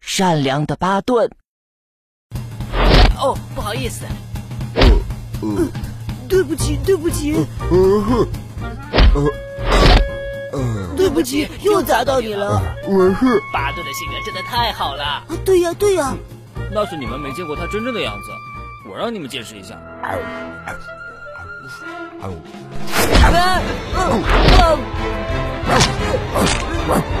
善良的巴顿。哦，不好意思，嗯对不起，对不起，嗯哼，嗯，对不起，又砸到你了。我是巴顿的性格真的太好了。啊，对呀，对呀，那是你们没见过他真正的样子，我让你们见识一下。啊，啊，啊